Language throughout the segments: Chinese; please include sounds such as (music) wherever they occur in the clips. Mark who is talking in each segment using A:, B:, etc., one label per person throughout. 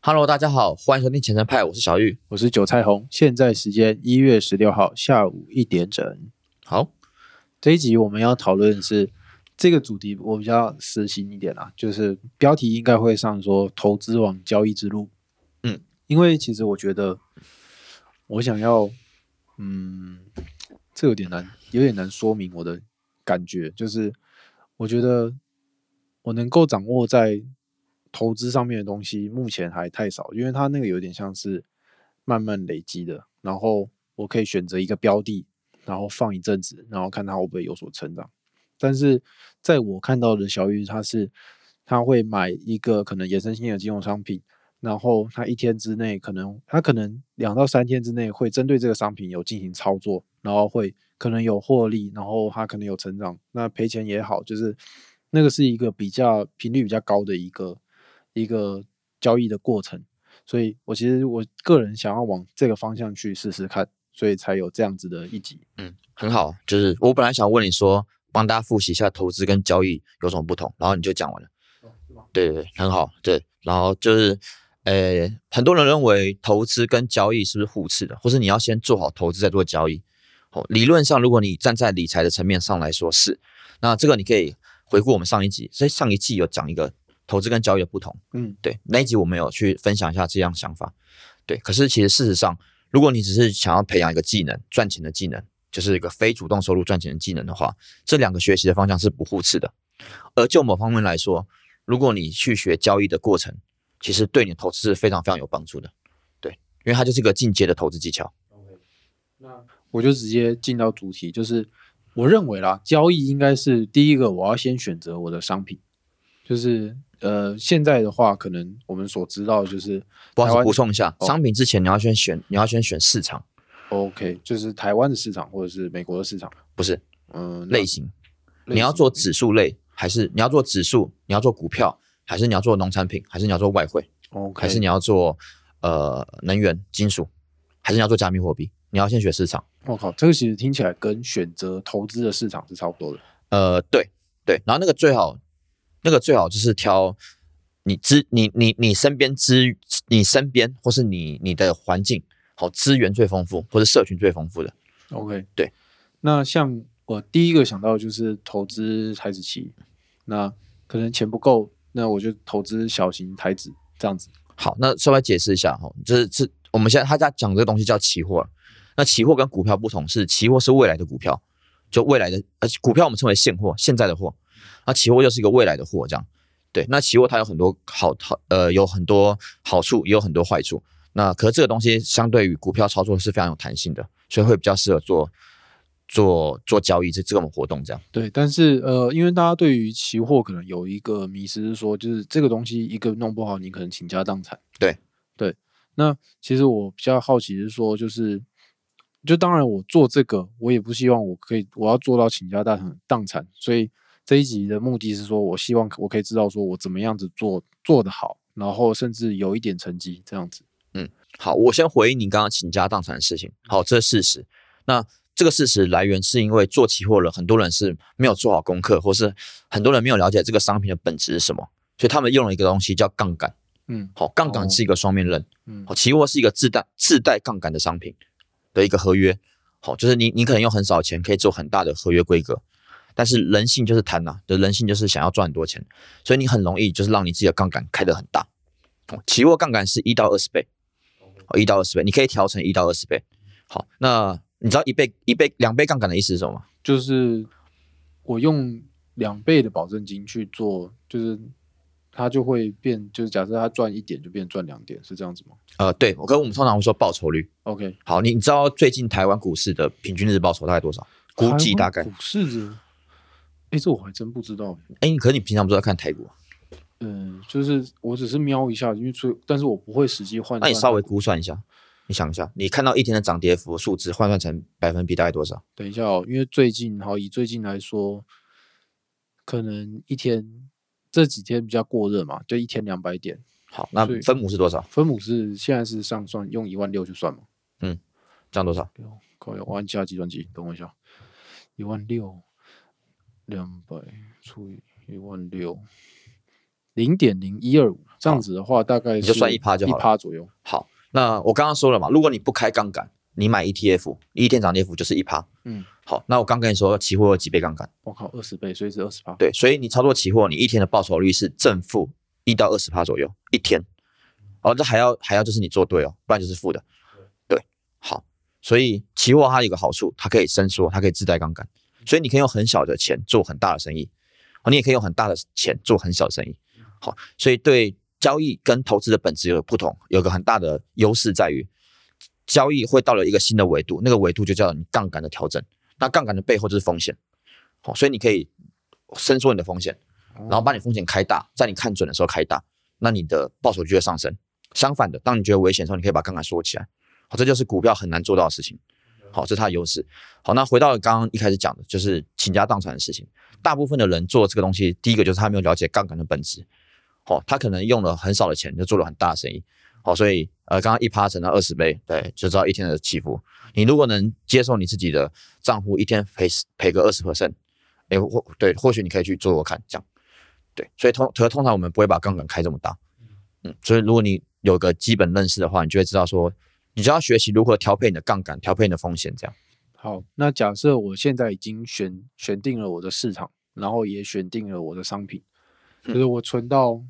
A: Hello，大家好，欢迎收听前程派，我是小玉。
B: 我是韭菜红，现在时间一月十六号下午一点整。
A: 好，
B: 这一集我们要讨论的是这个主题，我比较私心一点啦，就是标题应该会上说“投资往交易之路”。
A: 嗯，
B: 因为其实我觉得我想要，嗯，这有点难，有点难说明我的感觉，就是我觉得我能够掌握在投资上面的东西，目前还太少，因为它那个有点像是慢慢累积的，然后我可以选择一个标的，然后放一阵子，然后看它会不会有所成长。但是在我看到的小鱼，它是他会买一个可能衍生性的金融商品，然后他一天之内可能他可能两到三天之内会针对这个商品有进行操作，然后会可能有获利，然后他可能有成长，那赔钱也好，就是那个是一个比较频率比较高的一个一个交易的过程。所以我其实我个人想要往这个方向去试试看，所以才有这样子的一集。
A: 嗯，很好，就是我本来想问你说，帮大家复习一下投资跟交易有什么不同，然后你就讲完了。对对对，很好，对。然后就是，呃，很多人认为投资跟交易是不是互斥的，或是你要先做好投资再做交易。哦，理论上，如果你站在理财的层面上来说是，那这个你可以回顾我们上一集，所以上一季有讲一个投资跟交易的不同。
B: 嗯
A: 对，那一集我们有去分享一下这样想法。对，可是其实事实上，如果你只是想要培养一个技能，赚钱的技能，就是一个非主动收入赚钱的技能的话，这两个学习的方向是不互斥的。而就某方面来说，如果你去学交易的过程，其实对你的投资是非常非常有帮助的。对，因为它就是一个进阶的投资技巧。
B: 我就直接进到主题，就是我认为啦，交易应该是第一个，我要先选择我的商品，就是呃，现在的话，可能我们所知道的就是
A: 不
B: 台
A: 好意思，
B: 湾
A: 补充一下，
B: 哦
A: 商品之前你要先选，你要先选市场，
B: OK，就是台湾的市场或者是美国的市场，
A: 不是
B: 嗯，那
A: 类型。你要做指数类，还是你要做指数？你要做股票，还是你要做农产品？还是你要做外汇？
B: OK，
A: 还是你要做呃能源、金属，还是你要做加密货币？你要先学市场。
B: 我靠，这个其实听起来跟选择投资的市场是差不多的。
A: 呃，对对，然后那个最好，那个最好就是挑你资你你你身边资你身边或是你你的环境好资源最丰富，或是社群最丰富的。
B: OK，
A: 对。
B: 那像我第一个想到的就是投资台子期，那可能钱不够，那我就投资小型台子这样子。
A: 好，那稍微解释一下哈，就是这我们现在他在讲这个东西叫期货，那期货跟股票不同，是期货是未来的股票，就未来的呃股票我们称为现货，现在的货，那期货就是一个未来的货这样。对，那期货它有很多好好呃有很多好处，也有很多坏处。那可是这个东西相对于股票操作是非常有弹性的，所以会比较适合做做做交易这这种活动这样。
B: 对，但是呃，因为大家对于期货可能有一个迷失，是说就是这个东西一个弄不好，你可能倾家荡产。
A: 对
B: 对，那其实我比较好奇是说，就是就当然我做这个，我也不希望我可以我要做到倾家荡产荡产，所以这一集的目的是说我希望我可以知道说我怎么样子做做得好，然后甚至有一点成绩这样子。
A: 好，我先回应你刚刚倾家荡产的事情。好，这是事实。那这个事实来源是因为做期货的很多人是没有做好功课，或是很多人没有了解这个商品的本质是什么，所以他们用了一个东西叫杠杆。
B: 嗯
A: 好，杠杆
B: 哦
A: 是一个双面刃。
B: 嗯
A: 好，期货是一个自带自带杠杆的商品的一个合约。好，就是你你可能用很少的钱可以做很大的合约规格，但是人性就是贪婪，就人性就是想要赚很多钱，所以你很容易就是让你自己的杠杆开得很大。哦，期货杠杆是一到二十倍，哦，一到二十倍，你可以调成一到二十倍。好，那你知道一倍、一倍、两倍杠杆的意思是什么吗？
B: 就是我用两倍的保证金去做，就是它就会变，就是假设它赚一点就变赚两点，是这样子吗
A: 呃，对，我跟我们通常会说报酬率。
B: ？OK，
A: 好，你你知道最近台湾股市的平均日报酬大概多少？估计大概
B: 台，湾股市的，哎、这我还真不知道。
A: 哎、你可是你平常不是在看台股啊？
B: 嗯，就是我只是瞄一下，因为所以但是我不会实际换
A: 那
B: 算。
A: 你稍微估算一下，你想一下，你看到一天的涨跌幅数值换算成百分比大概多少？
B: 等一下哦，因为最近好以最近来说，可能一天这几天比较过热嘛，就一天两百点，
A: 好，那
B: 所以
A: 分母是多少？
B: 分母是现在是上算用一万六去算嘛。
A: 这样多少？
B: 六，靠要我按下计算机，等我一下，一万六，两百除以一万六，零点零一二五，这样子的话大概
A: 你就是算1%就好了
B: 一趴左右。
A: 好，那我刚刚说了嘛，如果你不开杠杆，你买 ETF，一天涨跌幅就是一趴。
B: 嗯，
A: 好，那我刚跟你说期货有几倍杠杆，
B: 我靠，二十倍，所以是二十趴。
A: 对，所以你操作期货，你一天的报酬率是正负一到二十趴左右，一天。哦，这还要还要就是你做对哦，不然就是负的。对，好，所以期货它有个好处，它可以伸缩，它可以自带杠杆，所以你可以用很小的钱做很大的生意，哦，你也可以用很大的钱做很小的生意。好，所以对交易跟投资的本质有不同，有个很大的优势在于，交易会到了一个新的维度，那个维度就叫你杠杆的调整。那杠杆的背后就是风险，好，所以你可以伸缩你的风险，
B: 哦
A: 然后把你风险开大，在你看准的时候开大，那你的报酬就会上升。相反的，当你觉得危险的时候，你可以把杠杆缩起来。好，这就是股票很难做到的事情。好，这是它的优势。好，那回到刚刚一开始讲的，就是倾家荡产的事情。大部分的人做这个东西，第一个就是他没有了解杠杆的本质。好、他可能用了很少的钱就做了很大的生意。好、所以呃，刚刚一趴乘到二十倍，对，就知道一天的起伏。你如果能接受你自己的账户一天赔赔个二十 percent，哎，或对，或许你可以去做做看，这样。对，所以通通通常我们不会把杠杆开这么大。嗯，所以如果你有个基本认识的话，你就会知道说，你就要学习如何调配你的杠杆，调配你的风险，这样。
B: 好，那假设我现在已经选选定了我的市场，然后也选定了我的商品，就是我存到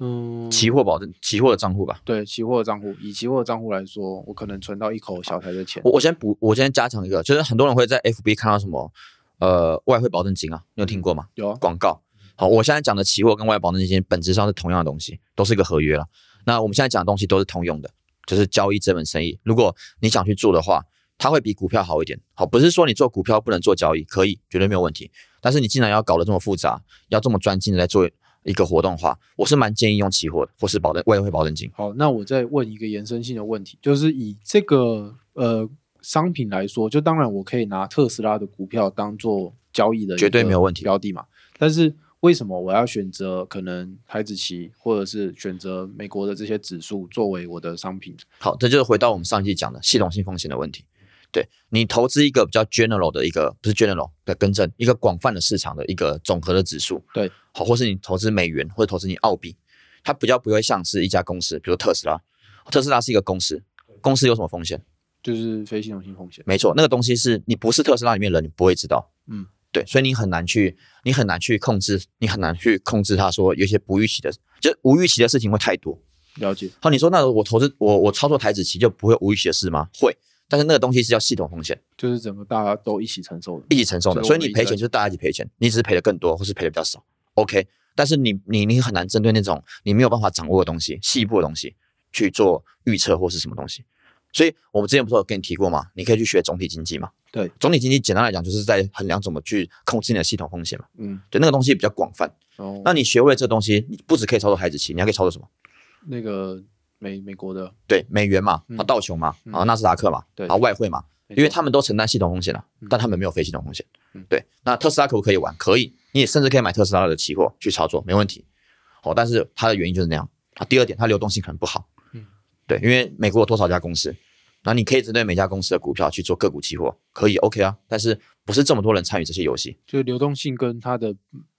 B: 嗯
A: 期货保证，期货的账户吧。
B: 对期货账户，以期货账户来说，我可能存到一口小台的钱。
A: 我我先补，我先加强一个，就是很多人会在 FB 看到什么，呃，外汇保证金啊，你有听过吗？
B: 有啊，
A: 广告。好，我现在讲的期货跟外汇保证金本质上是同样的东西，都是一个合约了。那我们现在讲的东西都是通用的，就是交易这门生意。如果你想去做的话，它会比股票好一点。好，不是说你做股票不能做交易，可以，绝对没有问题。但是你既然要搞得这么复杂，要这么专精的在做一个活动的话，我是蛮建议用期货的，或是保证外汇保证金。
B: 好，那我再问一个延伸性的问题，就是以这个呃商品来说，就当然我可以拿特斯拉的股票当做交易的
A: 绝对没有问题
B: 标的嘛，但是为什么我要选择可能台子期或者是选择美国的这些指数作为我的商品？
A: 好，这就是回到我们上一期讲的系统性风险的问题。对你投资一个比较 general 的一个，不是 general 的更正，一个广泛的市场的一个总和的指数，
B: 对，
A: 好，或是你投资美元或者投资你澳币，它比较不会像是一家公司，比如特斯拉，特斯拉是一个公司，公司有什么风险？
B: 就是非系统性风险。
A: 没错，那个东西是你不是特斯拉里面的人，你不会知道，
B: 嗯，
A: 对，所以你很难去，你很难去控制，你很难去控制它，说有一些不预期的，就无预期的事情会太多，
B: 了解，
A: 好，你说那我投资我我操作台子期就不会有无预期的事吗？会，但是那个东西是叫系统风险，
B: 就是整个大家都一起承受的。
A: 一起承受的，
B: 所
A: 所
B: 以我
A: 以
B: 们
A: 你赔钱就是大家一起赔钱，你只是赔的更多或是赔的比较少，OK。但是你你你很难针对那种你没有办法掌握的东西、细部的东西去做预测或是什么东西。所以我们之前不是有跟你提过嘛，你可以去学总体经济嘛。
B: 对，
A: 总体经济简单来讲就是在衡量怎么去控制你的系统风险嘛。
B: 嗯，
A: 对，那个东西比较广泛。
B: 哦，
A: 那你学会了这东西，你不只可以操作台子期，你还可以操作什么？
B: 那个美美国的，
A: 对，美元嘛，
B: 嗯
A: 啊，道琼嘛，
B: 嗯
A: 啊，纳斯达克嘛，
B: 对
A: 啊，外汇嘛，
B: 没
A: 因为
B: 错
A: 他们都承担系统风险了、但他们没有非系统风险
B: 嗯。
A: 对，那特斯拉可不可以玩？可以，你也甚至可以买特斯拉的期货去操作，没问题。好、但是它的原因就是那样。啊，第二点，它流动性可能不好。
B: 嗯
A: 对，因为美国有多少家公司，那你可以针对每家公司的股票去做个股期货，可以 OK 啊。但是不是这么多人参与这些游戏？
B: 就是流动性跟它的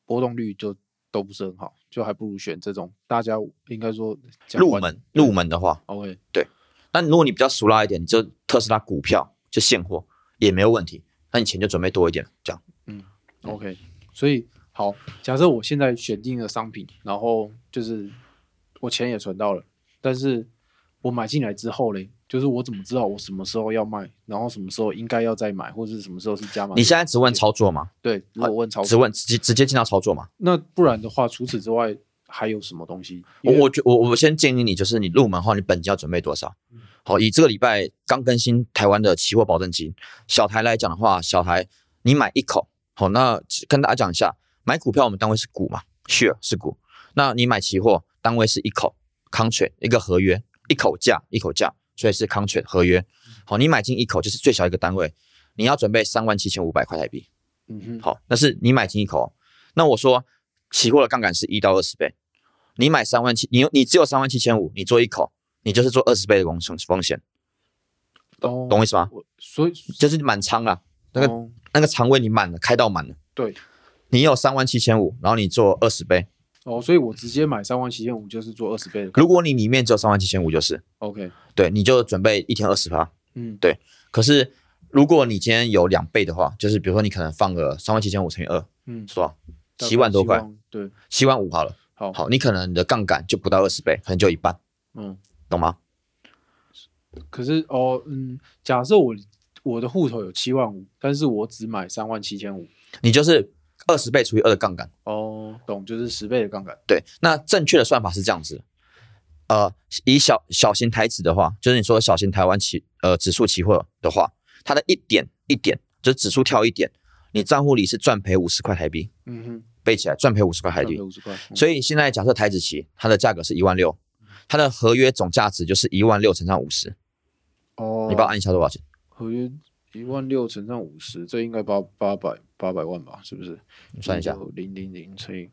B: 波动率就都不是很好，就还不如选这种大家应该说讲
A: 入
B: 完哦
A: 门入门的话，
B: OK
A: 那如果你比较熟辣一点，你就特斯拉股票就现货也没有问题。那你钱就准备多一点，这样。嗯
B: OK，所以好，假设我现在选定了商品，然后就是我钱也存到了，但是我买进来之后嘞，就是我怎么知道我什么时候要卖，然后什么时候应该要再买，或者是什么时候是加码？
A: 你现在只问操作吗？
B: 对，如果问超
A: 只问直接直接进到操作嘛。
B: 那不然的话，除此之外还有什么东西？
A: 我
B: 因为
A: 我觉我我先建议你，就是你入门的话，你本金要准备多少？
B: 嗯
A: 好，以这个礼拜刚更新台湾的期货保证金，小台来讲的话，小台你买一口，好，那跟大家讲一下，买股票我们单位是股嘛，share 是股，那你买期货单位是一口 contract 一个合约，一口价一口价，所以是 contract 合约。好，你买进一口就是最小一个单位，你要准备三万七千五百块台币。
B: 嗯哼，
A: 好，那是你买进一口哦。那我说期货的杠杆是一到二十倍，你买三万七，你你只有三万七千五，你做一口，你就是做二十倍的风险风险，
B: 懂
A: 懂我意思吗？
B: 哦我所以
A: 就是满仓了，那个、
B: 哦
A: 那个仓位你满了，开到满了，
B: 对
A: 你有三万七千五，然后你做二十倍，
B: 哦，所以我直接买三万七千五就是做二十倍的杠
A: 如果你里面只有三万七千五，就是
B: ，OK，
A: 对，你就准备一天二十趴。
B: 嗯，
A: 可是如果你今天有两倍的话，就是比如说你可能放个三万七千五乘以二，
B: 嗯，
A: 是多少？
B: 大概
A: 七万多块，，
B: 对，
A: 七万五好了。
B: 好，
A: 好，你可能你的杠杆就不到二十倍，可能就一半，
B: 嗯，
A: 懂吗？
B: 可是哦，嗯，假设我我的户头有七万五，但是我只买三万七千五，
A: 你就是二十倍除以二的杠杆。
B: 哦，懂，就是十倍的杠杆，
A: 对，那正确的算法是这样子，呃，以小小型台指的话，就是你说小型台湾期呃指数期货的话，它的一点一点，就是指数跳一点，你账户里是赚赔五十块台币，
B: 嗯哼，
A: 背起来赚赔五十块台币。
B: 五十块，嗯
A: 所以现在假设台指期它的价格是一万六，它的合约总价值就是一万六乘上五十，
B: 哦，
A: 你帮我按一下多少钱？
B: 合约一万六乘上五十，这应该八八百八百万吧？是不是？
A: 你算一下，
B: 零零零乘以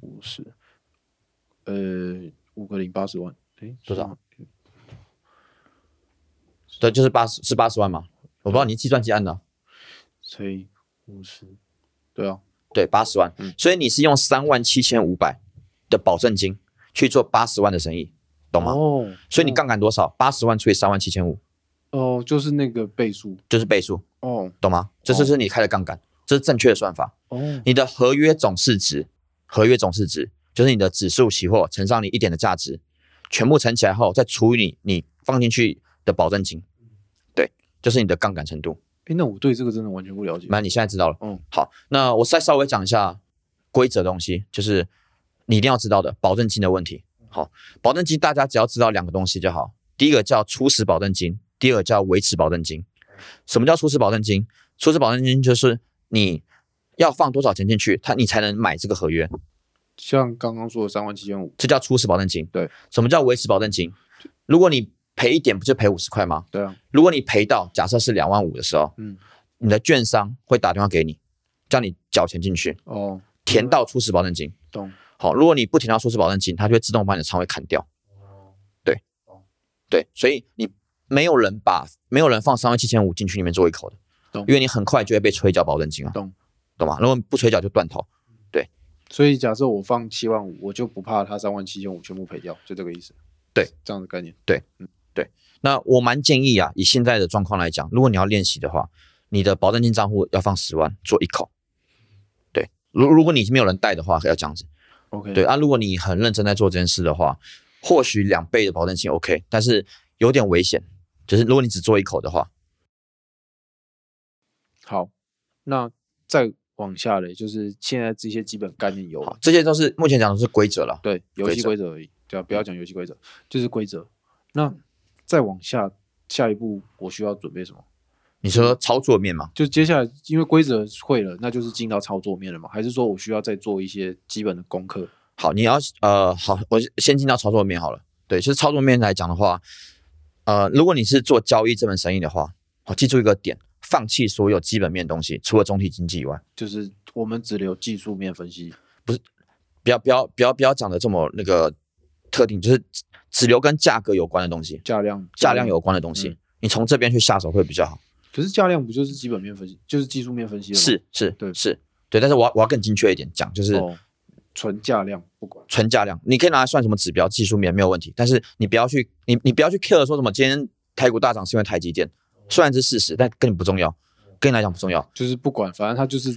B: 五十，呃，五个零八十万，诶，
A: 多少
B: 是吗？
A: 对，就是八十是八十万嘛，我不知道你计算机按的啊。
B: 乘以五十，对啊，
A: 对，八十万。
B: 嗯
A: 所以你是用三万七千五百的保证金去做八十万的生意，懂吗？
B: 哦，
A: 所以你杠杆多少？八十万除以三万七千五
B: 哦，就是那个倍数，
A: 就是倍数，
B: 哦
A: 懂吗？这就是你开的杠杆，这是正确的算法。
B: 哦，
A: 你的合约总市值，合约总市值就是你的指数期货乘上你一点的价值，全部乘起来后再除以你你放进去的保证金，对，就是你的杠杆程度。
B: 诶，那我对这个真的完全不了解。
A: 那你现在知道了。
B: 嗯，
A: 好，那我再稍微讲一下规则的东西，就是你一定要知道的保证金的问题。好，保证金大家只要知道两个东西就好，第一个叫初始保证金，第二个叫维持保证金。什么叫初始保证金？初始保证金就是你要放多少钱进去，它你才能买这个合约，
B: 像刚刚说的三万七千五，
A: 这叫初始保证金。
B: 对，
A: 什么叫维持保证金？如果你赔一点，不就赔五十块吗？
B: 对啊，
A: 如果你赔到假设是两万五的时候，
B: 嗯，
A: 你的券商会打电话给你，叫你缴钱进去。
B: 哦，
A: 填到初始保证金。
B: 懂，
A: 好，如果你不填到初始保证金，它就会自动把你的仓位砍掉。对
B: 懂，
A: 对，所以你没有人把没有人放三万七千五进去里面做一口的
B: 懂，
A: 因为你很快就会被催缴保证金啊。
B: 懂，
A: 懂吗？如果不催缴就断头。
B: 所以假设我放七万五，我就不怕他三万七千五全部赔掉，就这个意思。
A: 对，
B: 这样的概念。
A: 那我蛮建议啊，以现在的状况来讲，如果你要练习的话，你的保证金账户要放十万做一口。对，如如果你没有人带的话，要这样子。
B: OK，
A: 对啊，如果你很认真在做这件事的话，或许两倍的保证金 OK，但是有点危险。就是如果你只做一口的话，
B: 好，那再往下嘞，就是现在这些基本概念有
A: 好
B: 了，，
A: 这些都是目前讲的是规则了。
B: 对，游
A: 规
B: 戏
A: 则嗯
B: 规则而已，对啊，不要讲游戏规则，就是规则。那再往下，下一步我需要准备什么？
A: 你说操作面嘛，
B: 就接下来，因为规则会了，那就是进到操作面了嘛？还是说我需要再做一些基本的功课？
A: 好，你要呃，好，我先进到操作面好了。对，其实操作面来讲的话，呃，如果你是做交易这门生意的话，好，记住一个点，放弃所有基本面的东西，除了总体经济以外，
B: 就是我们只留技术面分析。
A: 不要不要不要不要讲的这么那个特定，就是只只留跟价格有关的东西，
B: 价量，
A: 价量有关的东西，
B: 嗯
A: 你从这边去下手会比较好。
B: 可是价量不就是基本面分析，就是技术面分析了吗？
A: 是是，
B: 对
A: 是，对。但是我要我要更精确一点讲，就是
B: 哦，纯价量不管。
A: 纯价量，你可以拿来算什么指标，技术面没有问题。但是你不要去，你你不要去 care 说什么今天台股大涨是因为台积电，虽然是事实，但跟你不重要，跟你来讲不重要。
B: 就是不管，反正他就是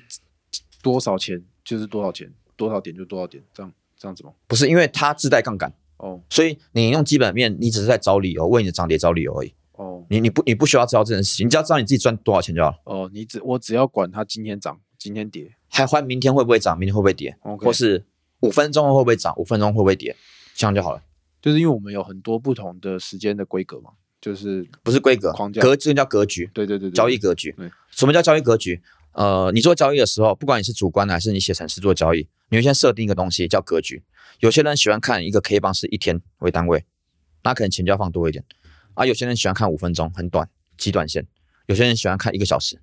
B: 多少钱就是多少钱，多少点就多少点，这样这样子吗？
A: 不是因为它自带杠杆，
B: 哦
A: 所以你用基本面，你只是在找理由为你的涨跌找理由而已。
B: 哦
A: 你你不你不需要知道这件事情，你只要知道你自己赚多少钱就好了。
B: 哦，你只我只要管它今天涨今天跌
A: 还还明天会不会涨，明天会不会跌，
B: ，OK，
A: 或是五分钟后会不会涨，五分钟会不会跌，这样就好了。
B: 就是因为我们有很多不同的时间的规格嘛，就是
A: 不是规格
B: 框，架
A: 格这个叫格局。
B: 对对对对
A: 交易格局
B: 对。
A: 什么叫交易格局？呃，你做交易的时候，不管你是主观的还是你写程式做交易，你会先设定一个东西叫格局。有些人喜欢看一个 K 棒是一天为单位，那可能钱就要放多一点；啊，有些人喜欢看五分钟，很短，极短线；有些人喜欢看一个小时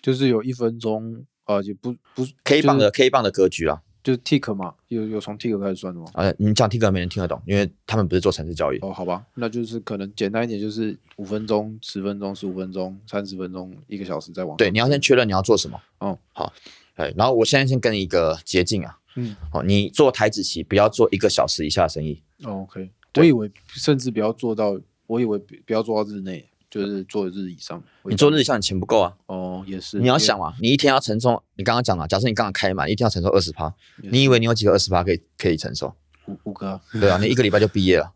B: 就是有一分钟呃也不不是
A: ，K 棒
B: 就是
A: 的 K 棒的格局啊。
B: 就是 tick 嘛，有有从 tick 开始算的吗？
A: 呃，你讲听可能没人听得懂，因为他们不是做程式交易。
B: 哦，好吧，那就是可能简单一点，就是五分钟、十分钟、十五分钟、三十分钟、一个小时再往上
A: 对，你要先确认你要做什么。
B: 哦，
A: 好，哎，然后我现在先跟一个捷径啊，
B: 嗯
A: 哦，你做台子期不要做一个小时以下的生意，
B: 哦，OK，我
A: 对
B: 以为甚至不要做到，我以为不不要做到日内，就是做日以上。
A: 你做日向你钱不够啊。
B: 哦，也是。
A: 你要
B: 也
A: 想嘛，你一天要承受，你刚刚讲了，假设你刚刚开嘛，一天要承受二十趴，
B: 也
A: 你
B: 是
A: 以为你有几个二十趴可以可以承受？
B: 五五个啊
A: 对啊，你一个礼拜就毕业了，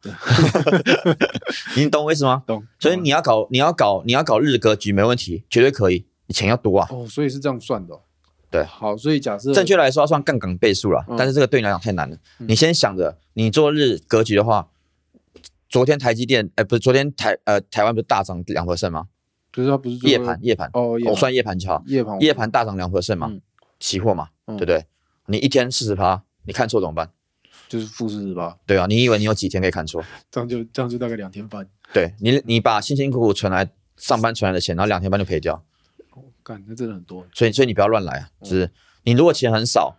A: (laughs) 你懂我意思吗？
B: 懂？
A: 所以你要搞，你要搞，你要搞日格局没问题，绝对可以，你钱要多啊。
B: 哦，所以是这样算的哦。
A: 对
B: 好，所以假设
A: 正确来说要算杠杆倍数了，
B: 嗯
A: 但是这个对你来讲太难了。
B: 嗯
A: 你先想着，你做日格局的话，昨天台积电，哎、不是昨天台呃台湾不是大涨两 percent 吗？
B: 就是它不是最
A: 夜
B: 后
A: 盘夜盘，
B: 哦，
A: 我、
B: 夜盘
A: 算夜盘就好，
B: 夜盘
A: 夜盘大涨两 percent 嘛，
B: 嗯
A: 期货嘛，
B: 嗯
A: 对不对？你一天四十趴，你看错怎么办？
B: 就是负四十八，
A: 对啊，你以为你有几天可以看错？
B: 这样就这样就大概两天半。
A: 对你，你把辛辛苦苦存来上班存来的钱，然后两天半就赔掉，
B: 干，那真的很多。
A: 所以所以你不要乱来啊，
B: 嗯
A: 就是你如果钱很少，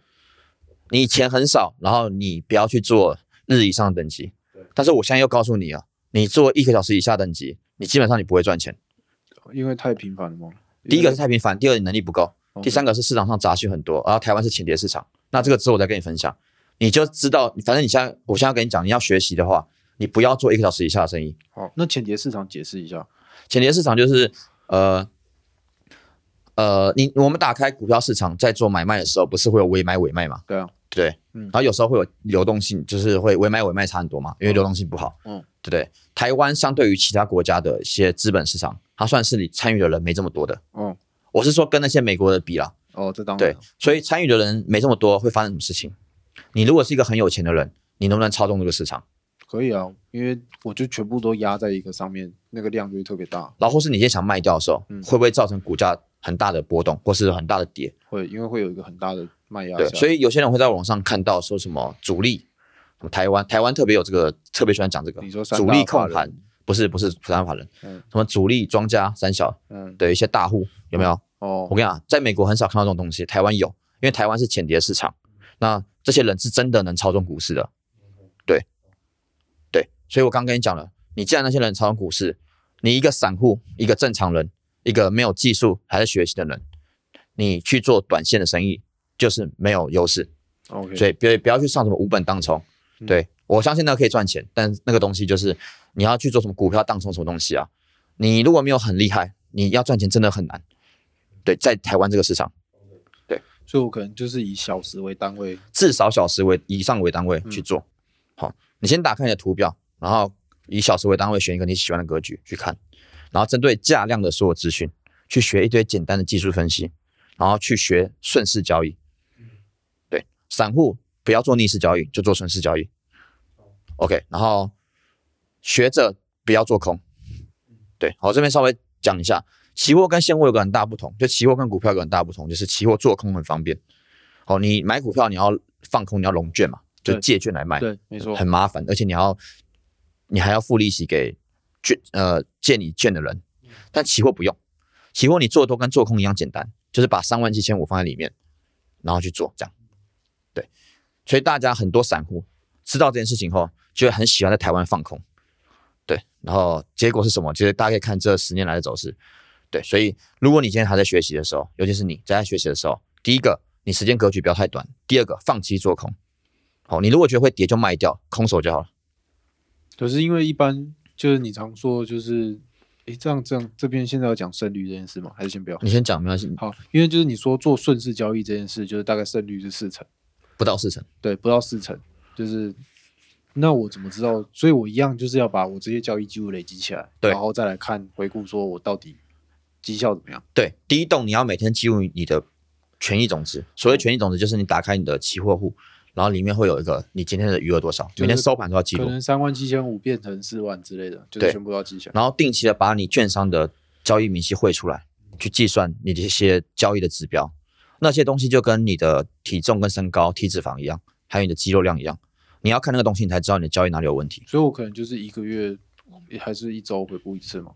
A: 你钱很少，然后你不要去做日以上的等级
B: 对。
A: 但是我现在又告诉你啊，你做一个小时以下等级，你基本上你不会赚钱。
B: 因为太频繁了吗？
A: 第一个是太频繁，第二你能力不够，
B: OK
A: 第三个是市场上杂讯很多，然后台湾是浅碟市场。那这个之后我再跟你分享，你就知道，反正你现在我现在跟你讲，你要学习的话，你不要做一个小时以下的生意。
B: 好，哦那浅碟市场解释一下。
A: 潜跌市场就是呃呃，你我们打开股票市场在做买卖的时候，不是会有尾买尾卖嘛？
B: 对啊，
A: 对不对，
B: 嗯
A: 然后有时候会有流动性，就是会尾买尾卖差很多嘛，因为流动性不好，
B: 嗯
A: 对不对？台湾相对于其他国家的一些资本市场，它算是你参与的人没这么多的。
B: 哦
A: 我是说跟那些美国的比啦，
B: 哦，这当然
A: 对，所以参与的人没这么多，会发生什么事情？你如果是一个很有钱的人，你能不能操纵这个市场？
B: 可以啊，因为我就全部都压在一个上面，那个量就会特别大，
A: 然后或是你现在想卖掉的时候，
B: 嗯
A: 会不会造成股价很大的波动，或是很大的跌？
B: 会因为会有一个很大的卖压
A: 对，
B: 下。
A: 所
B: 以
A: 以有些人会在网上看到说什么主力，什么台湾台湾特别有这个，特别喜欢讲这个。
B: 你说三大
A: 主力
B: 法
A: 控
B: 人
A: 盘，不是不是不是法人，
B: 嗯
A: 什么主力庄家三小
B: 嗯，
A: 的一些大户有没有？我
B: 哦，
A: 跟你讲，在美国很少看到这种东西，台湾有，因为台湾是浅碟市场，那这些人是真的能操纵股市的，对，对，所以我刚跟你讲了，你既然那些人操纵股市，你一个散户，一个正常人，一个没有技术还在学习的人，你去做短线的生意，就是没有优势。
B: OK，
A: 所以别不要去上什么无本当冲。
B: 嗯
A: 对我相信那个可以赚钱，但那个东西就是你要去做什么股票当冲什么东西啊？你如果没有很厉害，你要赚钱真的很难。对，在台湾这个市场，
B: 所以我可能就是以小时为单位，
A: 至少小时为以上为单位去做。好，你先打开你的图表，然后以小时为单位选一个你喜欢的格局去看，然后针对价量的所有资讯去学一堆简单的技术分析，然后去学顺势交易。对，散户不要做逆势交易，就做顺势交易。OK，然后学着不要做空。对，好，这边稍微讲一下，期货跟现货有个很大不同，就期货跟股票有个很大不同，就是期货做空很方便。哦，你买股票你要放空，你要融券嘛，就
B: 对
A: 借券来卖。
B: 对，没错，
A: 哎很麻烦，而且你要你还要付利息给券呃借你券的人，但期货不用，期货你做多跟做空一样简单，就是把三万七千五放在里面，然后去做这样，对，所以大家很多散户知道这件事情后，就会很喜欢在台湾放空，对，然后结果是什么？就是大家可以看这十年来的走势，对，所以如果你今天还在学习的时候，尤其是你在学习的时候，第一个你时间格局不要太短，第二个放弃做空。好，你如果觉得会跌就卖掉，空手就好了。
B: 可是因为一般就是你常说就是，诶，这样这样这边现在要讲胜率这件事吗？还是先不要？
A: 你先讲没关系，
B: 好，因为就是你说做顺势交易这件事，就是大概胜率是四成，
A: 不到四成。
B: 对，不到四成，就是那我怎么知道？所以我一样就是要把我这些交易记录累积起来，
A: 对
B: 然后再来看回顾，说我到底绩效怎么样？
A: 对，第一栋你要每天记录你的权益总值。所谓权益总值，就是你打开你的期货户，然后里面会有一个你今天的余额多少，
B: 就是
A: 每天收盘都要记
B: 可
A: 录，
B: 能三万七千五变成四万之类的，就是
A: 对
B: 全部都要记起来。
A: 然后定期的把你券商的交易明细汇出来，去计算你这些交易的指标。那些东西就跟你的体重跟身高、体脂肪一样，还有你的肌肉量一样，你要看那个东西，你才知道你的交易哪里有问题。
B: 所以我可能就是一个月还是一周回顾一次嘛。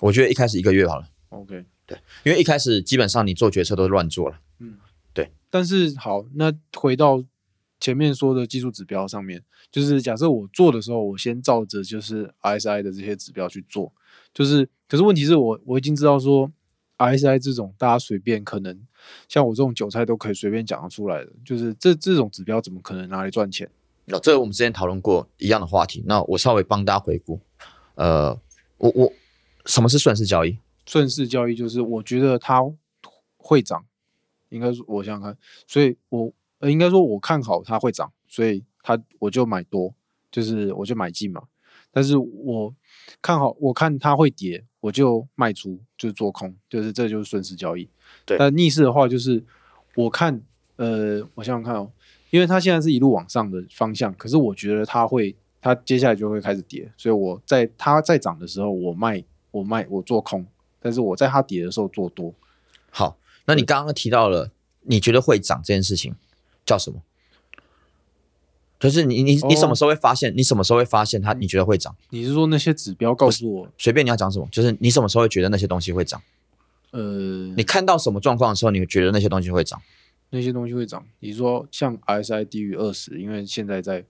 A: 我觉得一开始一个月好了，
B: OK，
A: 因为一开始基本上你做决策都是乱做了。
B: 但是好，那回到前面说的技术指标上面，就是假设我做的时候，我先照着就是 RSI 的这些指标去做，就是可是问题是我我已经知道说 RSI 这种大家随便可能像我这种韭菜都可以随便讲得出来的，就是这这种指标怎么可能拿来赚钱？
A: 那、这个我们之前讨论过一样的话题，那我稍微帮大家回顾。呃，我我什么是顺势交易？
B: 顺势交易就是我觉得它会涨，应该说我想想看，所以我呃应该说我看好它会涨，所以它我就买多，就是我就买进嘛。但是我看好我看它会跌，我就卖出，就是做空，就是这就是顺势交易。
A: 对
B: 但逆势的话就是我看呃我想想看哦，因为它现在是一路往上的方向，可是我觉得它会，它接下来就会开始跌，所以我在它在涨的时候，我卖，我卖，我做空，但是我在它跌的时候做多。
A: 好，那你刚刚提到了，你觉得会涨这件事情叫什么？就是你你你
B: 哦嗯
A: 什么时候会发现？你什么时候会发现它？你觉得会涨？
B: 你是说那些指标告诉我，
A: 随便你要讲什么，就是你什么时候会觉得那些东西会涨？
B: 呃，
A: 你看到什么状况的时候，你会觉得那些东西会涨？
B: 那些东西会涨？你说像 RSI 低于二十，因为现在在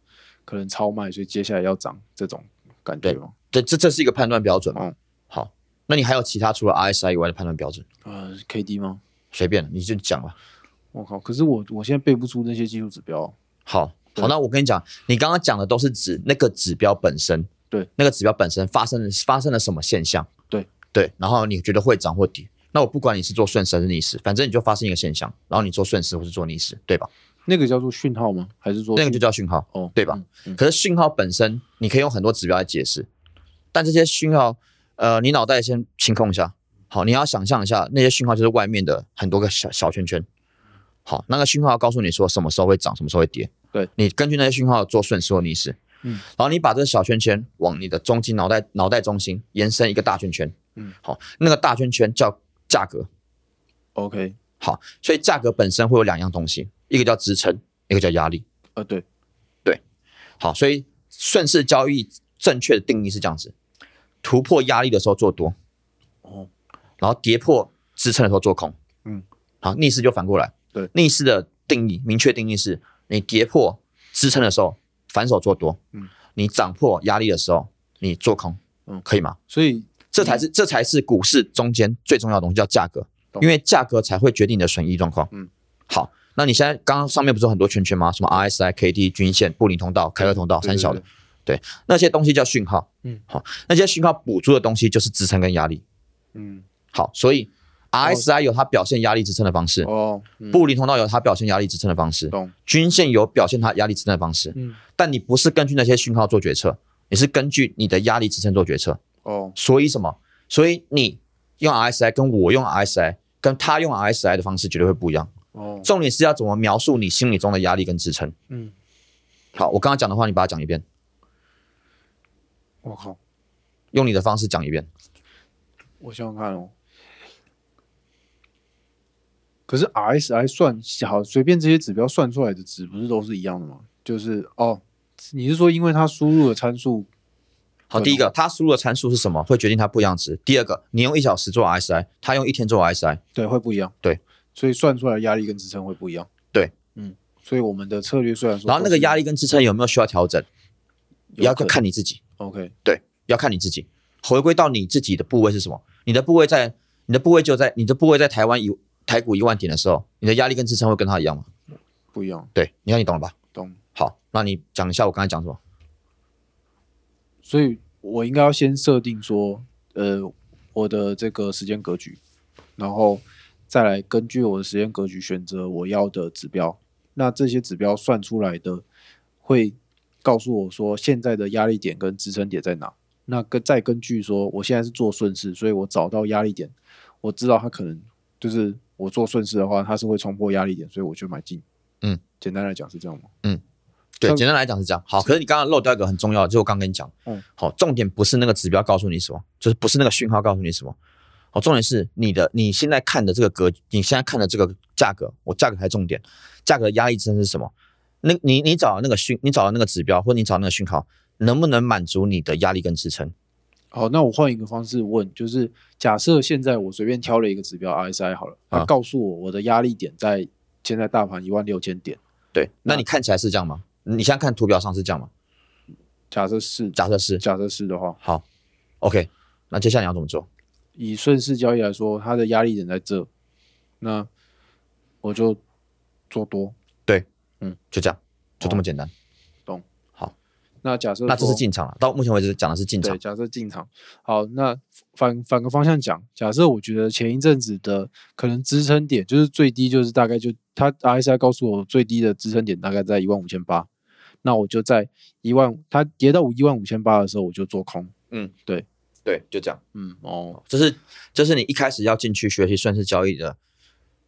B: 可能超卖，所以接下来要涨这种感觉
A: 对
B: 吗？
A: 这这这是一个判断标准嘛？
B: 嗯
A: 好，那你还有其他除了 RSI 以外的判断标准？
B: 呃，KD 吗？
A: 随便你就讲吧。
B: 我靠！可是我我现在背不出那些技术指标。
A: 好，
B: 对
A: 好，那我跟你讲，你刚刚讲的都是指那个指标本身，
B: 对，
A: 那个指标本身发生了发生了什么现象，
B: 对
A: 对，然后你觉得会涨或跌，那我不管你是做顺势还是逆势，反正你就发生一个现象，然后你做顺势或是做逆势，对吧？
B: 那个叫做讯号吗？还是说
A: 那个就
B: 讯
A: 叫讯号，
B: 哦，
A: 对吧
B: 嗯？嗯
A: 可是讯号本身，你可以用很多指标来解释，但这些讯号，呃，你脑袋先清空一下。好，你要想象一下，那些讯号就是外面的很多个小小圈圈。好，那个讯号告诉你说什么时候会涨，什么时候会跌。
B: 对
A: 你根据那些讯号做顺势或逆势。
B: 嗯，
A: 然后你把这个小圈圈往你的中心脑袋脑袋中心延伸一个大圈圈。
B: 嗯，
A: 好，那个大圈圈叫价格。
B: OK，
A: 好，所以价格本身会有两样东西，一个叫支撑，一个叫压力。
B: 呃，对，
A: 好，所以顺势交易正确的定义是这样子：突破压力的时候做多，
B: 哦，
A: 然后跌破支撑的时候做空。
B: 嗯，
A: 好，逆势就反过来。
B: 对，
A: 逆势的定义，明确定义是：你跌破支撑的时候反手做多，
B: 嗯，
A: 你涨破压力的时候你做空，
B: 嗯
A: 可以吗？
B: 所以
A: 这才是这才是股市中间最重要的东西，叫价格，
B: 嗯懂
A: 因为价格才会决定你的损益状况。
B: 嗯，
A: 好，那你现在刚刚上面不是有很多圈圈吗？什么 RSI、KD 均线、布林通道、凯尔通道、
B: 对
A: 三小
B: 对
A: 的，那些东西叫讯号，
B: 嗯
A: 嗯，好，那些讯号补助的东西就是支撑跟压力，
B: 嗯，
A: 好，所以 RSI 有它表现压力支撑的方式，
B: 哦，嗯
A: 布林通道有它表现压力支撑的方式，
B: 懂，
A: 均线有表现它压力支撑的方式，
B: 嗯，
A: 但你不是根据那些讯号做决策，你是根据你的压力支撑做决策，
B: 哦，
A: 所以什么？所以你用 RSI 跟我用 RSI 跟他用 RSI 的方式绝对会不一样，
B: 哦，
A: 重点是要怎么描述你心理中的压力跟支撑。
B: 嗯，
A: 好，我刚刚讲的话，你把它讲一遍，
B: 我靠，
A: 用你的方式讲一遍。
B: 我想想看哦。可是 RSI 算好，随便这些指标算出来的值不是都是一样的吗？就是哦，你是说因为它输入的参数
A: 好，第一个，他输入的参数是什么，会决定它不一样的值。第二个，你用一小时做 RSI，他用一天做 RSI。
B: 对会不一样，
A: 对，
B: 所以算出来的压力跟支撑会不一样，
A: 对，
B: 嗯，所以我们的策略虽然说，
A: 然后那个压力跟支撑有没有需要调整，也要
B: 可能
A: 看你自己，
B: ，OK，
A: 要看你自己。回归到你自己的部位是什么？你的部位在，你的部位就在，你的部位在台湾一台股一万点的时候，你的压力跟支撑会跟它一样吗？
B: 不一样，
A: 对，你看你懂了吧？
B: 懂。
A: 好，那你讲一下我刚才讲什么？
B: 所以我应该要先设定说，呃，我的这个时间格局，然后再来根据我的时间格局选择我要的指标。那这些指标算出来的会告诉我说现在的压力点跟支撑点在哪。那跟再根据说我现在是做顺势，所以我找到压力点，我知道它可能就是我做顺势的话，它是会冲破压力点，所以我就买进。
A: 嗯，
B: 简单来讲是这样吗？
A: 对，
B: 像
A: 简单来讲是这样。好，可是你刚刚漏掉一个很重要的，就是我刚跟你讲，
B: 嗯
A: 嗯，好，重点不是那个指标告诉你什么，就是不是那个讯号告诉你什么，好，重点是你的你现在看的这个格，你现在看的这个价格，我价格才重点，价格的压力支撑是什么？那你你找到那个讯，你找到那个指标，或你找到那个讯号，能不能满足你的压力跟支撑？
B: 好，那我换一个方式问，就是假设现在我随便挑了一个指标 RSI 好了，它
A: 啊
B: 告诉我我的压力点在现在大盘一万六千点，
A: 对，那
B: 那
A: 你看起来是这样吗？你现在看图表上是这样吗？
B: 假设是
A: 假设是，
B: 假设是的话，
A: 好，OK，那接下来你要怎么做？
B: 以顺势交易来说，它的压力点在这，那我就做多。
A: 就这样，就这么简单。
B: 懂？
A: 好，
B: 那假设
A: 那这是
B: 说
A: 进场了，到目前为止讲的是进
B: 对，
A: 场，
B: 假设进场，好，那反反个方向讲，假设我觉得前一阵子的可能支撑点就是最低，就是大概就它 RSI 告诉我最低的支撑点大概在一万五千八，那我就在一万，它跌到一万五千八的时候我就做空。
A: 对，就这样。
B: 嗯，哦，
A: 这是这是你一开始要进去学习顺势交易的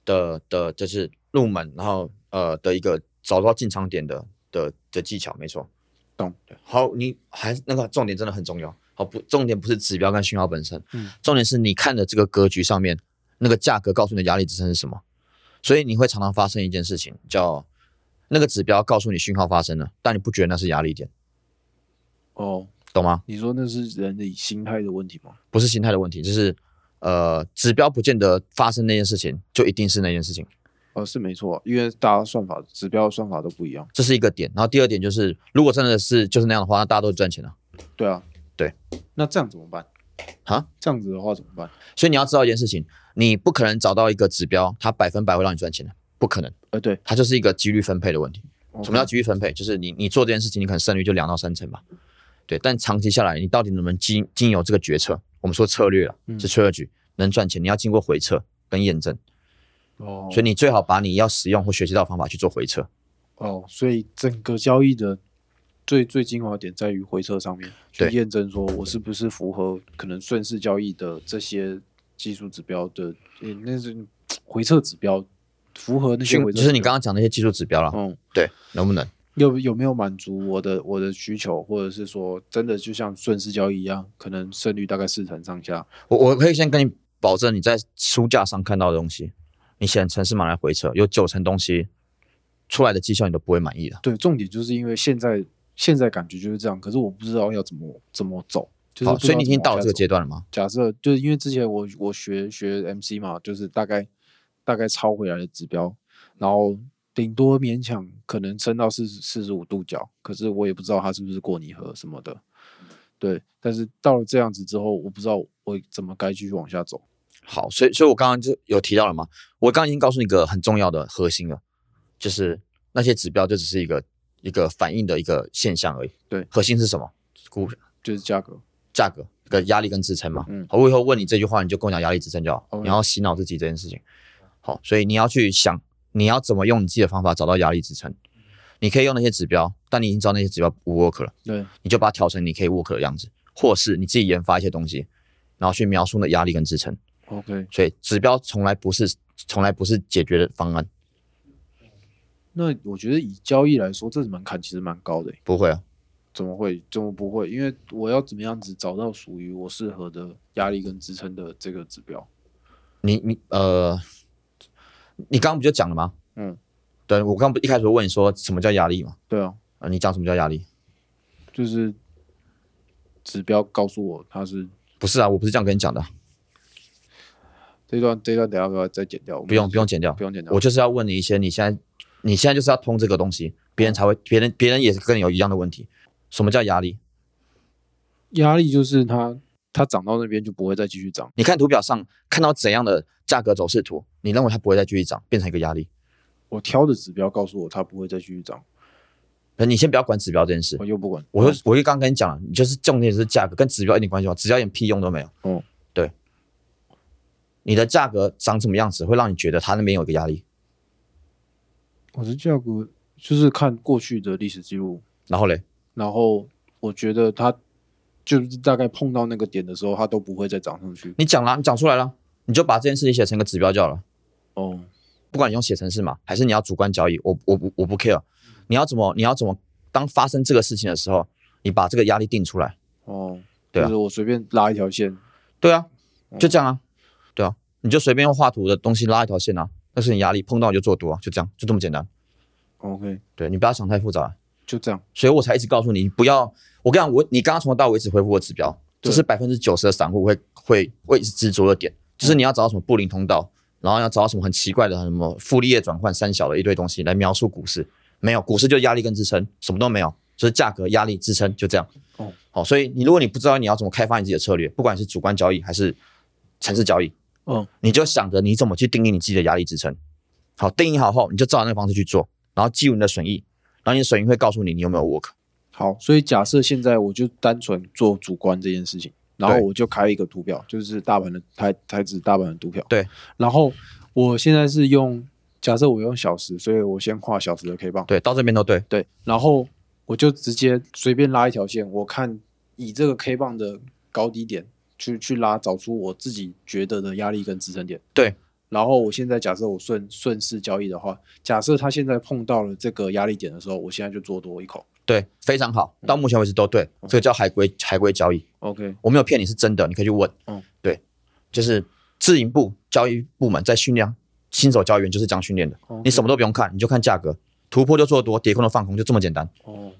A: 的的，就是入门，然后呃的一个找到进场点的的的技巧，没错。
B: 懂
A: 对。好，你还那个重点真的很重要。好，不，重点不是指标跟讯号本身，
B: 嗯
A: 重点是你看的这个格局上面那个价格告诉你的压力支撑是什么。所以你会常常发生一件事情，叫那个指标告诉你讯号发生了，但你不觉得那是压力点，
B: 哦，
A: 懂吗？
B: 你说那是人的心态的问题吗？
A: 不是心态的问题，就是呃，指标不见得发生那件事情就一定是那件事情，
B: 哦，是没错，因为大家算法指标算法都不一样。
A: 这是一个点。然后第二点就是，如果真的是就是那样的话，那大家都赚钱了。
B: 对啊，
A: 对，
B: 那这样怎么办？
A: 啊，
B: 这样子的话怎么办？
A: 所以你要知道一件事情，你不可能找到一个指标，它百分百会让你赚钱的，不可能。
B: 呃，对，
A: 它就是一个几率分配的问题。什么叫
B: OK？
A: 几率分配？就是你你做这件事情，你可能胜率就两到三成吧。对，但长期下来，你到底能不能经经由这个决策？我们说策略了，
B: 嗯
A: 是策略局能赚钱，你要经过回测跟验证，
B: 哦，
A: 所以你最好把你要使用或学习到的方法去做回测。
B: 哦，所以整个交易的最最精华点在于回撤上面，去
A: 对
B: 验证说我是不是符合可能顺势交易的这些技术指标的，诶、那是回撤指标符合那些
A: 讯
B: 回撤指标，
A: 就是你刚刚讲那些技术指标了，
B: 嗯
A: 对，能不能？
B: 有有没有满足我的我的需求，或者是说真的就像顺势交易一样，可能胜率大概四成上下，
A: 我我可以先跟你保证，你在书架上看到的东西，你写成城市码来回测，有九成东西出来的绩效你都不会满意的。
B: 对，重点就是因为现在现在感觉就是这样，可是我不知道要怎么怎么走，就是
A: 好，
B: 不知
A: 所以
B: 道
A: 你已
B: 怎
A: 经
B: 么
A: 到
B: 往
A: 了
B: 下
A: 这个
B: 走
A: 阶段了吗？
B: 假设就是因为之前我我学学 MC 嘛，就是大概大概抄回来的指标，然后顶多勉强可能撑到四四十五度角，可是我也不知道它是不是过拟合什么的。对，但是到了这样子之后，我不知道我怎么该继续往下走。
A: 好，所以所以我刚刚就有提到了嘛，我刚刚已经告诉你一个很重要的核心了，就是那些指标就只是一个一个反应的一个现象而已。
B: 对
A: 核心是什么？股
B: 就是价格，
A: 价格跟压力跟支撑嘛。
B: 嗯哦
A: 好，我以后问你这句话，你就跟我讲压力支撑就好，
B: OK
A: 你要洗脑自己这件事情。好，所以你要去想，你要怎么用你自己的方法找到压力支撑。你可以用那些指标，但你已经知道那些指标不 work 了，
B: 对，
A: 你就把它调成你可以 work 的样子，或是你自己研发一些东西，然后去描述那压力跟支撑。
B: OK，
A: 所以指标从来不是从来不是解决的方案，
B: 那我觉得以交易来说，这门槛其实蛮高的欸。
A: 不会啊。
B: 怎么会？怎么不会？因为我要怎么样子找到属于我适合的压力跟支撑的这个指标？
A: 你你呃，你刚刚不就讲了吗？
B: 嗯，
A: 对，我刚刚不一开始问你说什么叫压力嘛？
B: 对啊，
A: 啊，你讲什么叫压力？
B: 就是指标告诉我它是
A: 不是啊，我不是这样跟你讲的，
B: 这段这段等下要不要再剪掉？
A: 不用不用剪掉
B: 不，用剪掉，
A: 我就是要问你一些你现在你现在就是要通这个东西，别人才会别人别人也是跟你有一样的问题。什么叫压力？
B: 压力就是它它涨到那边就不会再继续涨。
A: 你看图表上看到怎样的价格走势图，你认为它不会再继续涨，变成一个压力。
B: 我挑的指标告诉我它不会再继续涨，
A: 那你先不要管指标这件事
B: 我，又不管。
A: 我就我就刚刚跟你讲了，你就是重点是价格，跟指标一点关系吗？指标一点屁用都没有。
B: 嗯，
A: 对。你的价格长什么样子，会让你觉得它那边有一个压力，
B: 我的价格就是看过去的历史记录，
A: 然后嘞，
B: 然后我觉得它就是大概碰到那个点的时候，它都不会再涨上去。
A: 你讲了，你讲出来了，你就把这件事情写成一个指标就好了。
B: 哦，
A: 不管你用写程式嘛，还是你要主观交易，我我不我不 care，你要怎么你要怎么当发生这个事情的时候，你把这个压力定出来，
B: 哦，
A: 对啊
B: 就是我随便拉一条线，
A: 对啊，就这样啊，对啊，你就随便用画图的东西拉一条线啊，那是你压力，碰到你就做多啊，就这样，就这么简单，
B: OK，
A: 对你不要想太复杂、啊
B: 就这样。
A: 所以我才一直告诉你不要，我跟你讲，我你刚刚从头到尾一直回复我指标，
B: 对
A: 这是百分之九十的散户会会会一直执着的点，就是你要找到什么布林通道，然后要找到什么很奇怪的什么复利业转换三小的一堆东西来描述股市，没有，股市就压力跟支撑，什么都没有，就是价格、压力、支撑，就这样。
B: 哦，
A: 好，所以你如果你不知道你要怎么开发你自己的策略，不管是主观交易还是城市交易，
B: 嗯，
A: 你就想着你怎么去定义你自己的压力支撑，好，定义好后，你就照那个方式去做，然后记录你的损益，然后你的损益会告诉你你有没有 work。
B: 好，所以假设现在我就单纯做主观这件事情，然后
A: 对
B: 我就开一个图表，就是大盘的台台指大盘的图表。
A: 对，
B: 然后我现在是用，假设我用小时，所以我先画小时的 K 棒。
A: 对，到这边都对，
B: 对，然后我就直接随便拉一条线，我看以这个 K 棒的高低点去去拉，找出我自己觉得的压力跟支撑点。
A: 对，
B: 然后我现在假设我顺顺势交易的话，假设它现在碰到了这个压力点的时候，我现在就做多一口。
A: 对，非常好，到目前为止都对，这个叫海归海归交易，
B: OK，
A: 我没有骗你是真的，你可以去问。
B: 嗯，
A: 对，就是自营部交易部门在训练新手交易员就是这样训练的，你什
B: 么？
A: 么都不用看，你就看价格，突破就做多，跌空就放空，就这么简单。
B: 哦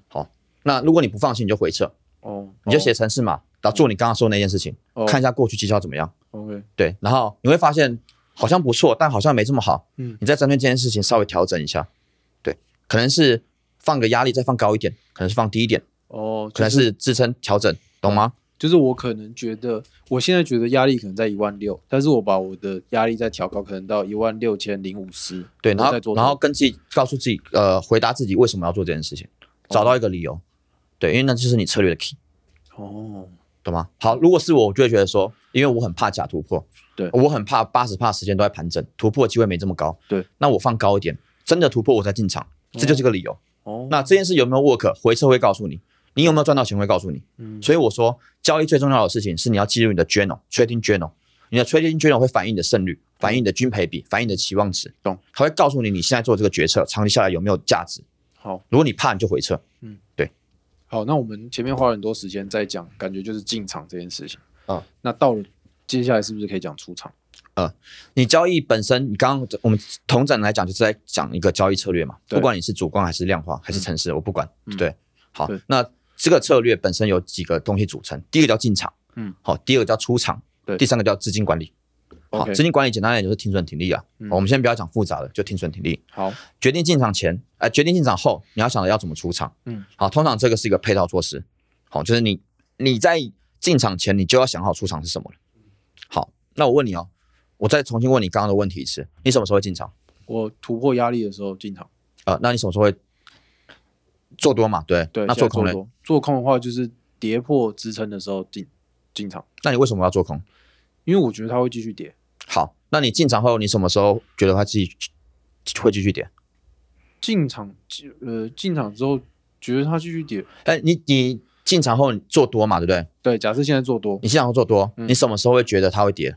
A: 那如果你不放心，你就回撤，
B: 哦，
A: 你就写程式码，然后做你刚刚说的那件事情，
B: 哦
A: 看一下过去绩效怎么样。
B: OK，
A: 对，然后你会发现好像不错，但好像没这么好。
B: 嗯
A: 你在针对这件事情稍微调整一下，对，可能是放个压力再放高一点，可能是放低一点，
B: 哦，
A: 可能
B: 就是哦
A: 是支撑调整，懂吗？
B: 就是我可能觉得，我现在觉得压力可能在一万六，但是我把我的压力再调高，可能到一万六千零五十。
A: 对，然后
B: 再做多
A: 然后跟自己告诉自己，呃，回答自己为什么要做这件事情，找到一个理由，对，因为那就是你策略的 key，
B: 哦，
A: 懂吗？好，如果是我，我就会觉得说，因为我很怕假突破，
B: 对
A: 我很怕八十怕时间都在盘整，突破机会没这么高，
B: 对，
A: 那我放高一点，真的突破我再进场，这就是个理由。
B: 哦，
A: 那这件事有没有 work，回撤会告诉你，你有没有赚到钱会告诉你。
B: 嗯
A: 所以我说，交易最重要的事情是你要记录你的 journal trading journal，你的 trading journal 会反映你的胜率，反映你的均赔比，反映你的期望值，
B: 懂？
A: 它会告诉你你现在做这个决策，长期下来有没有价值。
B: 好
A: 如果你怕，你就回撤。
B: 好，那我们前面花了很多时间在讲，感觉就是进场这件事情
A: 嗯。
B: 那到了接下来是不是可以讲出场？
A: 你交易本身，你刚刚我们同展来讲，就是在讲一个交易策略嘛，
B: 对
A: 不管你是主观还是量化还是城市，我不管。
B: 嗯
A: 对，好
B: 对，
A: 那这个策略本身有几个东西组成，第一个叫进场，
B: 嗯，
A: 好，第二个叫出场，
B: 对
A: 第三个叫资金管理。好，
B: OK
A: 资金管理简单一点就是停损停利啊。
B: 嗯
A: 好我们先不要讲复杂的，就停损停利。
B: 好，
A: 决定进场前，呃，决定进场后，你要想着要怎么出场。
B: 嗯，
A: 好，通常这个是一个配套措施。好，就是你你在进场前，你就要想好出场是什么了。好，那我问你哦，我再重新问你刚刚的问题一次，你什么时候会进场？
B: 我突破压力的时候进场。
A: 呃，那你什么时候会做多嘛？对，
B: 对，
A: 那
B: 现在
A: 做
B: 做
A: 空呢？
B: 多做空的话，就是跌破支撑的时候进进场，
A: 那你为什么要做空？
B: 因为我觉得它会继续跌。
A: 好，那你进场后，你什么时候觉得它自己会继续跌？
B: 进场，进呃，进场之后觉得它继续跌。
A: 哎，你你进场后你做多嘛，对不对？
B: 对，假设现在做多，
A: 你进场后做多，
B: 嗯
A: 你什么时候会觉得它会跌？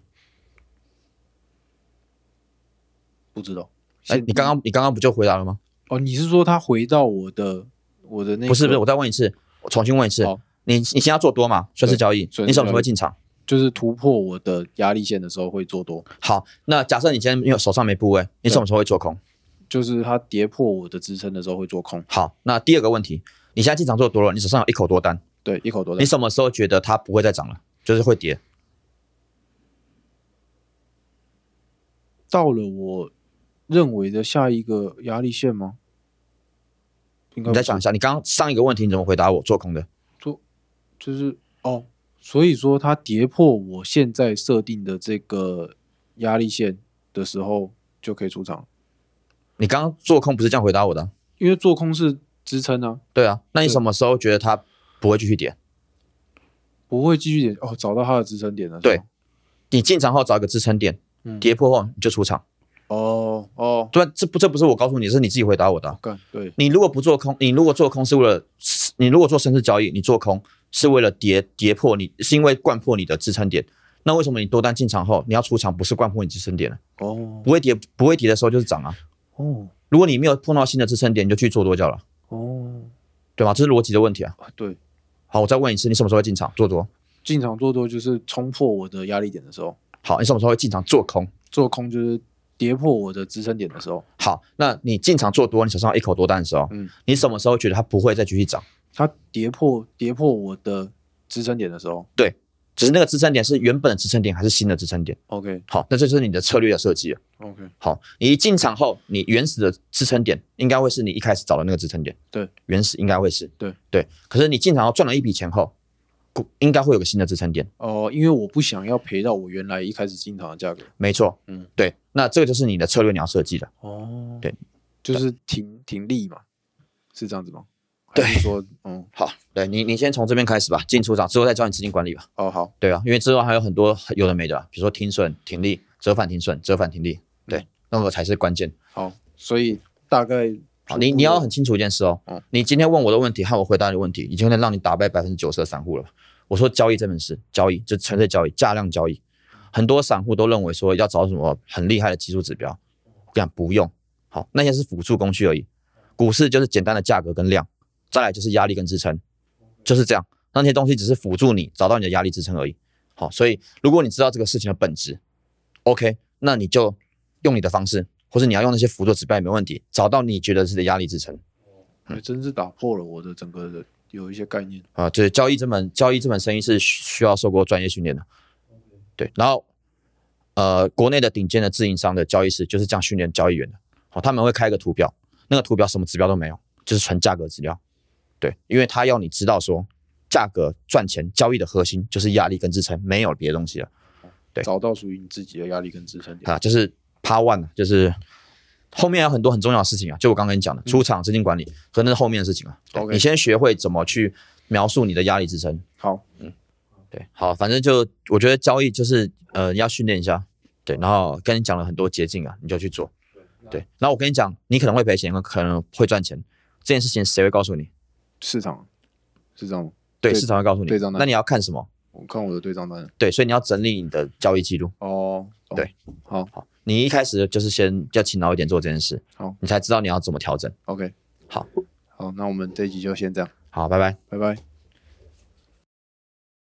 B: 不知道。
A: 哎
B: 现，
A: 你刚刚你刚刚不就回答了吗？
B: 哦，你是说它回到我的我的那个
A: 不是不是，我再问一次，我重新问一次
B: 好，
A: 你你先要做多嘛，顺势交易，
B: 顺势
A: 你什么时
B: 交
A: 候
B: 易
A: 会进场？
B: 就是突破我的压力线的时候会做多，
A: 好，那假设你今天没有手上没部位，你什么时候会做空？
B: 就是它跌破我的支撑的时候会做空。
A: 好，那第二个问题，你现在进场做多了，你手上有一口多单，
B: 对，一口多的
A: 你。什么时候觉得它不会再涨了，就是会跌？
B: 到了我认为的下一个压力线吗？应该
A: 你再想一下，你刚刚上一个问题你怎么回答我做空的？
B: 就是哦，所以说它跌破我现在设定的这个压力线的时候就可以出场，
A: 你刚刚做空不是这样回答我的啊？
B: 因为做空是支撑啊，
A: 对啊，那你
B: 对
A: 什么时候觉得它不会继续跌？
B: 不会继续点哦，找到它的支撑点了。
A: 对
B: 是吗，
A: 你进场后找一个支撑点，
B: 嗯
A: 跌破后你就出场。
B: 哦哦，
A: 对啊，这不这不是我告诉你，是你自己回答我的啊。
B: 干对，
A: 你如果不做空，你如果做空是为了，你如果做深市交易，你做空是为了跌跌破你，是因为灌破你的支撑点。那为什么你多单进场后你要出场，不是灌破你支撑点呢？
B: 哦
A: 不会跌，不会跌的时候就是涨啊。
B: 哦
A: 如果你没有碰到新的支撑点，你就去做多就好了，
B: 哦，
A: 对吗？这是逻辑的问题啊。
B: 啊对，
A: 好，我再问一次，你什么时候会进场做多？
B: 进场做多就是冲破我的压力点的时候，
A: 好，你什么时候会进场做空？
B: 做空就是跌破我的支撑点的时候，
A: 好，那你进场做多，你手上有一口多单的时候，
B: 嗯，
A: 你什么时候觉得它不会再继续涨？
B: 它跌破跌破我的支撑点的时候
A: 只是那个支撑点是原本的支撑点还是新的支撑点？
B: ，OK
A: 好，那这就是你的策略的设计了。
B: OK，
A: 好，你一进场后，你原始的支撑点应该会是你一开始找的那个支撑点。
B: 对，
A: 原始应该会是。
B: 对
A: 对，可是你进场后赚了一笔钱后，股应该会有个新的支撑点。
B: 哦，因为我不想要赔到我原来一开始进场的价格。
A: 没错，
B: 嗯，
A: 对，那这个就是你的策略你要设计的。
B: 哦，
A: 对，
B: 就是停停利嘛，是这样子吗？还是说，嗯，
A: 好，对你，你先从这边开始吧，进出场之后再教你资金管理吧。
B: 哦，好，
A: 对啊，因为之后还有很多有的没的啊，比如说停损、停利、折返停损、折返停利，
B: 嗯
A: 对，那个才是关键。
B: 好，所以大概
A: 好，你你要很清楚一件事哦
B: 嗯，
A: 你今天问我的问题和我回答你的问题，已经能让你打败百分之九十的散户了。我说交易这门事，交易就纯粹交易，价量交易。很多散户都认为说要找什么很厉害的技术指标，我跟你讲不用，好，那些是辅助工具而已。股市就是简单的价格跟量，再来就是压力跟支撑，就是这样。那些东西只是辅助你找到你的压力支撑而已。好，所以如果你知道这个事情的本质，OK，那你就用你的方式，或是你要用那些辅助指标也没问题，找到你觉得是的压力支撑
B: 还真是打破了我的整个的有一些概念。
A: 啊。就是交易这门交易这门生意是需需要受过专业训练的，对。然后，呃，国内的顶尖的自营商的交易师就是这样训练交易员的。好，他们会开一个图表，那个图表什么指标都没有，就是纯价格资料。对，因为他要你知道说，价格赚钱交易的核心就是压力跟支撑，没有别的东西了。对
B: 找到属于你自己的压力跟支撑点。
A: 啊，就是 Part One 啊就是后面还有很多很重要的事情啊，就我刚跟你讲的，出场资金管理，可那是后面的事情啊。对
B: 嗯 OK
A: 你先学会怎么去描述你的压力支撑。
B: 好，
A: 对，好，反正就我觉得交易就是呃要训练一下，对，然后跟你讲了很多捷径啊，你就去做。对，然后我跟你讲，你可能会赔钱，可能会赚钱，这件事情谁会告诉你？
B: 市场是这样吗？
A: 对，
B: 对
A: 市场会告诉你
B: 对账。单
A: 那你要看什么？
B: 我看我的对账单了。
A: 对，所以你要整理你的交易记录。
B: 哦，懂
A: 对，
B: 好
A: 好，你一开始就是先要勤劳一点做这件事，
B: 好，
A: 你才知道你要怎么调整。
B: ，OK，
A: 好，
B: 好，那我们这一集就先这样，
A: 好，拜拜。
B: 拜拜。